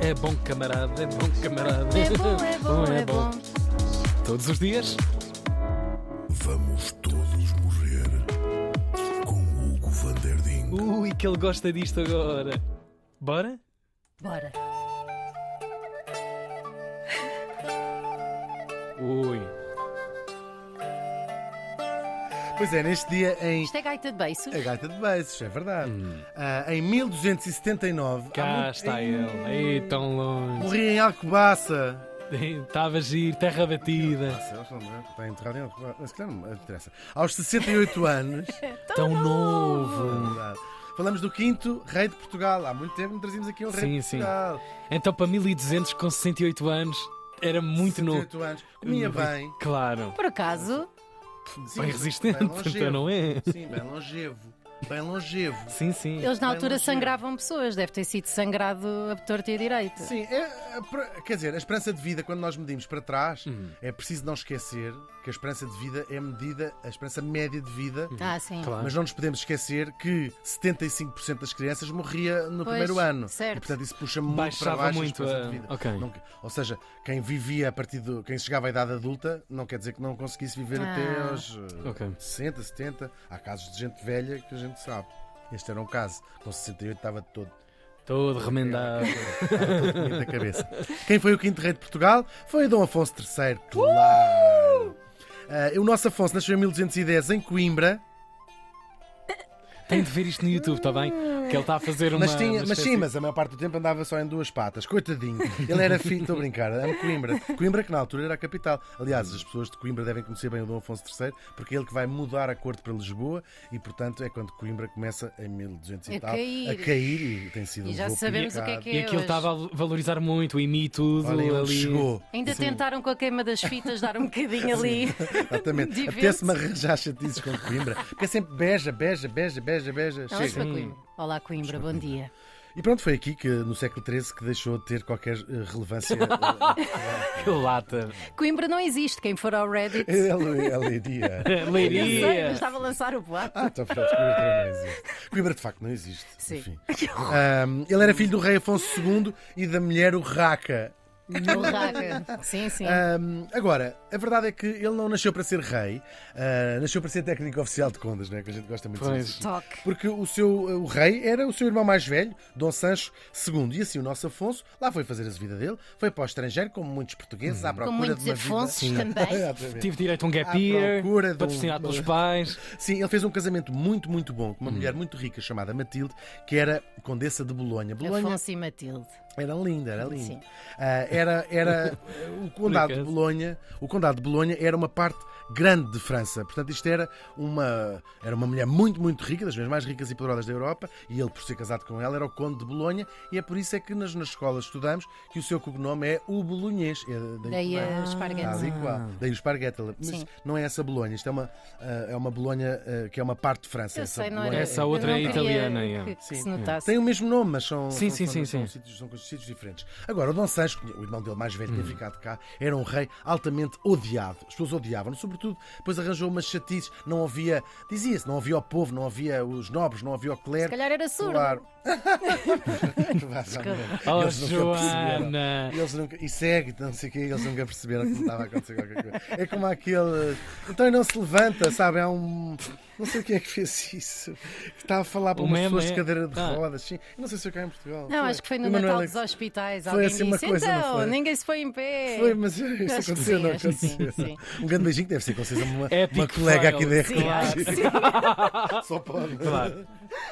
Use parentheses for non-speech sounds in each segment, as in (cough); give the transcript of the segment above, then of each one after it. É bom camarada, é bom camarada. (laughs) É bom, é bom, é bom. Todos os dias. Vamos todos morrer com Hugo Van Der Ding. Ui, que ele gosta disto agora. Bora? Bora. Ui. Pois é, neste dia em. Isto é gaita de beiços. A gaita de beijos, é verdade. Ah, em 1279. há Hum. Cá muito- está ele. Aí, tão longe. Morri em Alcobaça. Estava a giro, terra batida. Nossa, eles não devem estar enterrado em Alcobaça. Se calhar não me interessa. (laughs) Aos 68 anos. é Tão novo. verdade, Falamos do quinto rei de Portugal. Há muito tempo não trazíamos aqui um rei Sim, de sim. Portugal. Então, para 1200 com 68 anos, era muito novo. 68 anos. Comia bem. Hum, Claro. Por acaso, Sim, bem resistente, então não é? Sim, bem longevo. Bem longevo. Sim, sim. é eles na Bem altura longe. sangravam pessoas. Deve ter sido sangrado a torta e a direita. Sim, é, é, pra- quer dizer, a esperança de vida, quando nós medimos para trás, Hum. é preciso não esquecer que a esperança de vida é medida, a esperança média de vida. Ah, sim. Claro. Mas não nos podemos esquecer que 75% das crianças morria no Pois, primeiro ano. certo. E portanto isso puxa muito Baixava para baixo muito a a- esperança de vida. ok. Não- ou seja, quem vivia a partir do. quem chegava à idade adulta não quer dizer que não conseguisse viver Ah. até aos eh, Ok. 60, 70. Há casos de gente velha que a gente sabe. Este era um caso. Com 68 estava todo Todo (laughs) remendado. bonito (laughs) da cabeça. Quem foi o quinto rei de Portugal? Foi Dom Afonso III, claro. Uh! Ah, o nosso Afonso nasceu em 1210 em Coimbra, Tem de ver isto no YouTube, está bem? Que ele está a fazer uma. mas, tinha, uma mas espécie- sim, mas a maior parte do tempo andava só em duas (laughs) patas. Coitadinho, ele era filho, estou a brincar, amo Coimbra. Coimbra que na altura era a capital. Aliás, as pessoas de Coimbra devem conhecer bem o Dom Afonso III, porque é ele que vai mudar a corte para Lisboa e, portanto, é quando Coimbra começa em 1200 e A tal cair. a cair e tem sido E um já voo sabemos o que é que picado. é E aquilo hoje. estava a valorizar muito o IMI e tudo Olha, ele ali. chegou. Ainda tentaram com a queima das fitas dar um bocadinho ali. (laughs) Exatamente. Diverso. Apetece-me arranjar chatices com Coimbra. Porque é sempre beja, beja, beja, beja, beja. Não, vamos Chega. para Hum. Coimbra. Olá, Coimbra, bom dia. E pronto, foi aqui que no século XIII que deixou de ter qualquer eh, (laughs) relevância. Que lata. Coimbra não existe. Quem for (laughs) ao Reddit. Eh, ele, ele iria. Eu sei, mas Leiria. estava a lançar (laughs) o boato. Ah, então pronto, Coimbra também não existe. Coimbra de facto não existe. Sim. (laughs) Enfim. Ahm, ele era filho do rei Afonso II e da mulher Urraca. Borraca. Sim, sim. Ah, Ahm, agora, a verdade é que ele não nasceu para ser rei, ah, nasceu para ser técnico oficial de contas, não é? Que a gente gosta muito Pois. disso. Toque. Porque o seu o rei era o seu irmão mais velho, Dom Sancho II. E assim o nosso Afonso lá foi fazer a vida dele, foi para o estrangeiro, como muitos portugueses, à procura Com muitos de uma Afonsos vida. também. (laughs) Exatamente. Tive direito a um À gap year, procura de um- patrocinado pelos pais. Sim, ele fez um casamento muito, muito bom com uma mulher muito rica chamada Matilde, que era condessa de Bolonha. Bolonha Afonso e Matilde. era linda, era linda. Sim. Ah, era (laughs) era o condado de Por acaso. Bolonha, o condado de Bolonha era uma parte grande de França. Portanto, isto era uma era uma mulher muito muito rica, das mais ricas e poderosas da Europa, e ele por ser casado com ela era o conde de Bolonha, e é por isso é que nas, nas escolas estudamos que o seu cognome é o bolonhês. É daí Daí que vem. a Quase esparguete. Ah. igual. Daí o esparguete. Mas Sim. não é essa Bolonha. Isto é uma, ah, é uma Bolonha ah, que é uma parte de França. Eu essa sei, não Bolonha era. é- Essa outra eu é não queria italiana, é. Que, que se Sim. notasse. Tem o mesmo nome, mas são, Sim, são, sim, são, sim, são sim. sítios, são sítios diferentes. Agora, o Dom Sancho, que o irmão dele mais velho, Hum. tinha ficado cá, era um rei altamente odiado. As pessoas odiavam-no, sobretudo, depois arranjou umas chatices, não havia, dizia-se, não havia o povo, não havia os nobres, não havia o clero. Se calhar era surdo. (laughs) (laughs) Claro. Eles Oh, nunca perceberam. Joana. Eles nunca, e segue, não sei o quê, eles nunca perceberam que não estava a acontecer qualquer coisa. É como aquele. Então ele não se levanta, sabe? Há um. Não sei quem é que fez isso. Que está a falar para O umas meme pessoas de é- cadeira de Ah. rodas. Sim. Não sei se foi cá em Portugal. Não, acho que foi no Emanuel Natal é dos hospíteis. foi Alguém assim uma disse, coisa, não então, foi?" ninguém se foi em pé. Foi, mas isso Acho que aconteceu, sim, não acho que sim, aconteceu. sim. Um grande beijinho que deve ser concedido a uma, Epic uma colega aqui fail. da Sim, acho que RTP. sim. Só pode. (laughs) Claro.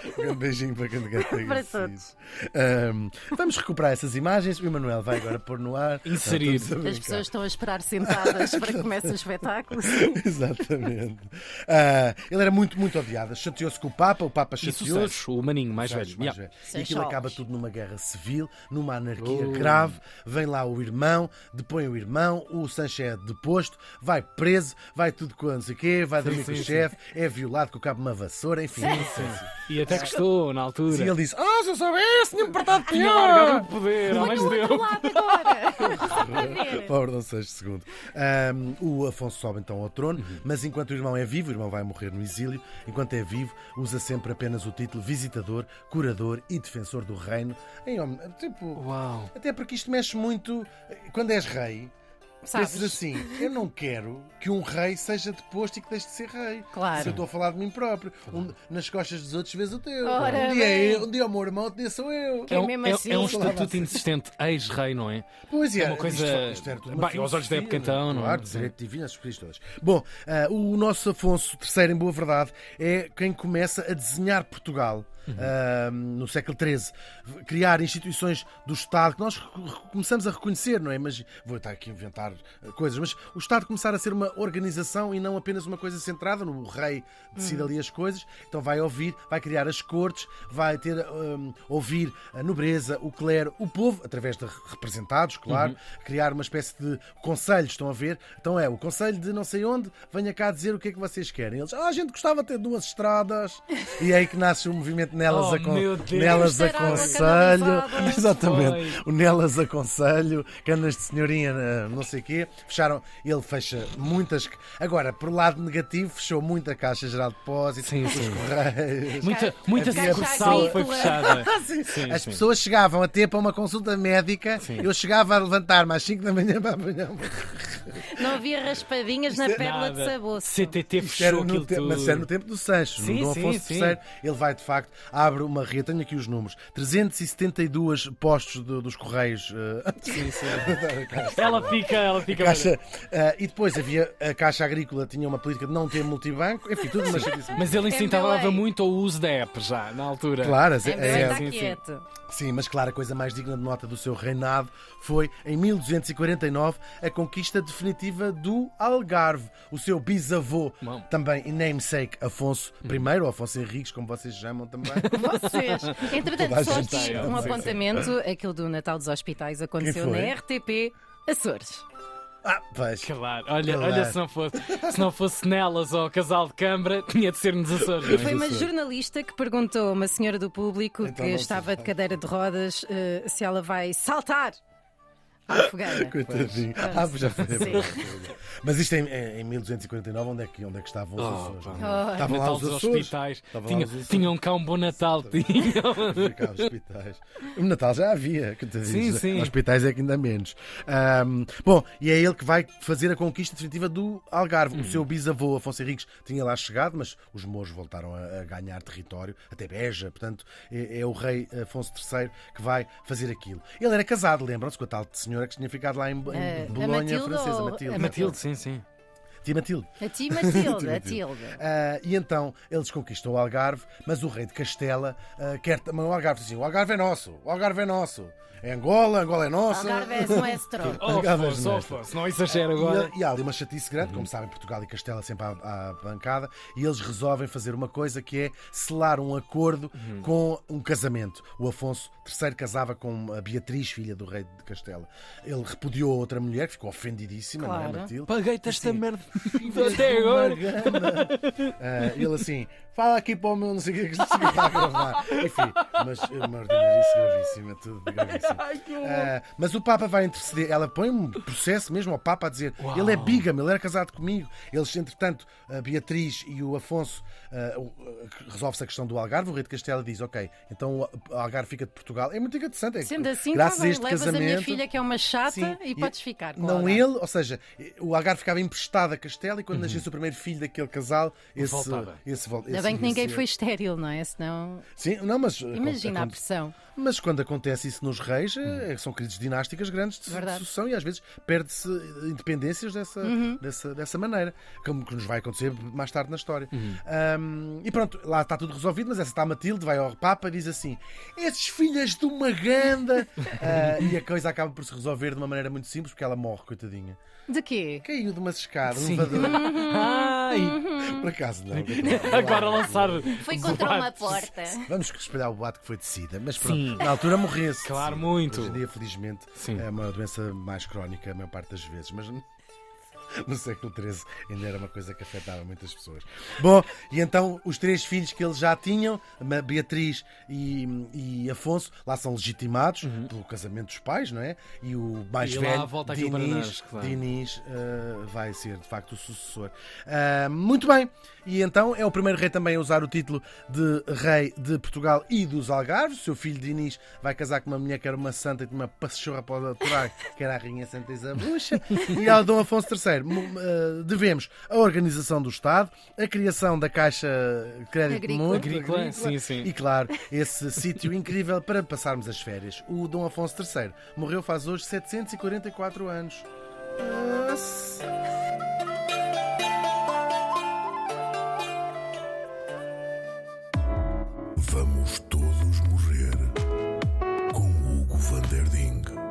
Um grande beijinho para quem quer ter Para isso. Ahm, vamos recuperar essas imagens. O Emanuel vai agora pôr no ar. Inserir. Não, estamos a As brincar. pessoas estão a esperar sentadas para que comece o espetáculo. (laughs) Exatamente. Ah, ele era muito, muito odiado. Chateou-se com o Papa, o Papa Isso chateou-se. Sancho, o maninho mais Sabes, velho. mais Yeah. velho. E Sem aquilo choques. acaba tudo numa guerra civil, numa anarquia Oh. grave. Vem lá o irmão, depõe o irmão, o Sancho é deposto, vai preso, vai tudo com não sei o quê, vai dormir sim, com o sim. chefe, é violado com o cabo de uma vassoura, enfim. não sei se- E até gostou na altura. E ele disse: Ah, se eu soubesse, tinha-me portado Tinha largado pior! o poder, ao Põe menos o outro deu. lado agora. Só para ver. Pobre Dom Seixas II. Ahm, o Afonso sobe então ao trono, mas enquanto o irmão é vivo, o irmão vai morrer no exílio, enquanto é vivo, usa sempre apenas o título visitador, curador e defensor do reino. Em hom- tipo, Uau. até porque isto mexe muito. Quando és rei, Sabes? pensas assim: eu não quero que um rei seja deposto e que deixe de ser rei. Claro. Se eu estou a falar de mim próprio, um- nas costas dos outros, vês o teu. Ora um, dia é bem. eu, um dia é o meu irmão, outro dia sou eu. Que é mesmo assim. é um Falava estatuto assim. insistente, ex-rei, não é? Pois É uma coisa- tudo Bem, aos olhos da filosofia, época, então, não é? Claro, dizer divina, as coisas todas. Bom, ah, o nosso Afonso III, em boa verdade, é quem começa a desenhar Portugal. Uhum. ah, no século XIII, criar instituições do Estado que nós rec- começamos a reconhecer, não é? Mas vou estar aqui a inventar ah, coisas, mas o Estado começar a ser uma organização e não apenas uma coisa centrada no rei Hum. decide ali as coisas, então vai ouvir, vai criar as cortes, vai ter hum, ouvir a nobreza, o clero, o povo, através de representados, claro, Uhum. criar uma espécie de conselhos, estão a ver? Então é o conselho de não sei onde, venha cá dizer o que é que vocês querem. Eles, ah, a gente gostava de ter duas estradas, e é aí que nasce o movimento nelas, Oh, acon meu Deus. nelas Ter água aconselho. canalizada. (laughs) Exatamente. Foi. O Nelas aconselho, canas de senhorinha, eh, não sei o quê. Fecharam, ele fecha muitas. Agora, por lado negativo, fechou muita Caixa Geral de Depósitos, Sim, os sim. Correios. Muita, muita Havia- sucursal foi (laughs) fechada. Sim, Sim, As sim. pessoas chegavam a ter para uma consulta médica, eu chegava a levantar-me às 5 da manhã para apanhar um uma Não havia raspadinhas é na pérola de Nada. sabuço. CTT Isto era fechou no aquilo tempo, tudo. mas era no tempo do Sancho, Sim, no Dom sim, Afonso sim. III. Ele vai, de facto, abre uma rede. Tenho aqui os números: 372 postos do- dos Correios. eh, Sim, sim. Ela fica, ela fica. Caixa, ah, e depois havia a Caixa Agrícola, tinha uma política de não ter multibanco, enfim, tudo (laughs) uma chatice. Mas ele incentivava MBA. muito o uso da app já, na altura. Claro, é- É, é- está sim, sim. quieto. sim, mas claro, a coisa mais digna de nota do seu reinado foi, em 1249, a conquista definitiva do Algarve. O seu bisavô, Bom. Hum. também e namesake Afonso I, ou Afonso Henriques, como vocês chamam (laughs) também. Vocês. Toda a Entretanto, só gente aqui sabe. um Sim, sim. apontamento: aquilo do Natal dos Hospitais aconteceu Quem foi? na RTP Açores. Ah, pois. Claro, olha, Claro. olha se, não fosse, se não fosse nelas ou casal de câmara, tinha de ser nos Açores. não é? Foi uma jornalista que perguntou a uma senhora do público Então que não se estava de vai. cadeira de rodas eh, se ela vai saltar à (laughs) fogueira. (laughs) Coitadinho. Ah, pois já foi. Sim. Mas isto em, em 1249, onde é que, onde é que estavam os Oh, Açores? pá. Oh. Estavam lá Natal os dos Açores. hospitais. Estavam lá Tinha, os Açores. tinham cá um bom Natal. Tinham. (laughs) Ficar aos hospitais. O Natal já havia, que te Sim, diz, sim. Hospitais é que ainda menos. Ahm, bom, e é ele que vai fazer a conquista definitiva do Algarve. Hum. O seu bisavô, Afonso Henriques, tinha lá chegado, mas os mouros voltaram a, a ganhar território, até Beja. Portanto, é, é o rei Afonso III que vai fazer aquilo. Ele era casado, lembram-se, com a tal senhora que tinha ficado lá em, em Eh, a Bolonha, Matilde francesa, ou- É Matilde. a Matilde, sim, sim. Tinha Matilde. A ti, Matilda, a Matilde. Tilda. Ah, e então eles conquistam o Algarve, mas o rei de Castela ah, quer também o Algarve. Diz Assim, o Algarve é nosso, o Algarve é nosso. É Angola, Angola é nossa. Algarve é nuestro. Oh, Pegavas Afonso, oh, nesta. Afonso, não exagero E agora. ele- E há ali uma chatice grande, como sabem, Portugal e Castela sempre à, à bancada, e eles resolvem fazer uma coisa que é selar um acordo com um casamento. O Afonso III casava com a Beatriz, filha do rei de Castela. Ele repudiou a outra mulher, que ficou ofendidíssima, não é, Claro. Matilde? Paguei-te esta Sim. merda até (laughs) agora. Ah, ele assim, fala aqui para o meu não sei o que que não sei o que está a gravar. Enfim, mas é uma ordinarice gravíssima, tudo (laughs) gravíssimo. Ah, mas o Papa vai interceder, ela põe um processo mesmo ao Papa a dizer: Uau. ele é bigame, ele era casado comigo. Eles, entretanto, a Beatriz e o Afonso, ah, o- ah, resolve-se a questão do Algarve. O rei de Castela diz: ok, então o Algarve fica de Portugal. É muito interessante. É, que, Sendo assim, tá graças a bem, este levas casamento. a minha filha, que é uma chata, Sim, e, podes ficar. com Não ela. ele, ou seja, o Algarve ficava emprestado a Castela e quando nascesse o primeiro filho daquele casal, esse Voltava. Esse, vol- Uhum. Ainda esse bem que ninguém esse- foi estéril, não é? Senão. Sim, não, mas Imagina a aconte- pressão. mas quando acontece isso nos reis, eh, são crises dinásticas grandes de su- Verdade. Uhum. sucessão e às vezes perde-se eh, independências dessa, dessa, dessa maneira, como que nos vai acontecer mais tarde na história. Ahm, e pronto, lá está tudo resolvido, mas essa está a Matilde, vai ao Papa e diz assim: esses filhas de (laughs) uma ganda! Ah, e a coisa acaba por se resolver de uma maneira muito simples, porque ela morre, coitadinha. De quê? Caiu de umas escadas, um Sim. elevador. Uhum. Ai, Por acaso não. (laughs) agora lançar. Foi os contra uma debates. porta. Vamos espalhar o boato que foi de sida, mas pronto, Sim. na altura morreu-se. Claro, Sim. muito. Hoje em dia, felizmente, Sim. é uma doença mais crónica a maior parte das vezes, mas (laughs) no século XIII ainda era uma coisa que afetava muitas pessoas. Bom, e então os três filhos que eles já tinham, Ma- Beatriz e, e Afonso, lá são legitimados pelo casamento dos pais, não é? E o mais Uhum. E lá velho, volta aquilo para Dinis, nós, claro. Dinis eh, vai ser de facto o sucessor. Ah, muito bem, e então é o primeiro rei também a usar o título de rei de Portugal e dos Algarves. Seu filho Dinis vai casar com uma mulher que era uma santa e tinha uma pachorra para o aturar, (laughs) que era a rainha Santa Isabucha. E ao Dom Afonso III mu- eh, devemos a organização do Estado, a criação da Caixa de Crédito Agrícola. Mútuo, Agrícola, sim, sim. e claro, esse (laughs) sítio incrível para passarmos as férias. O Dom Afonso III morreu faz hoje 744 anos. Nossa. Vamos todos morrer com Hugo Van der Ding.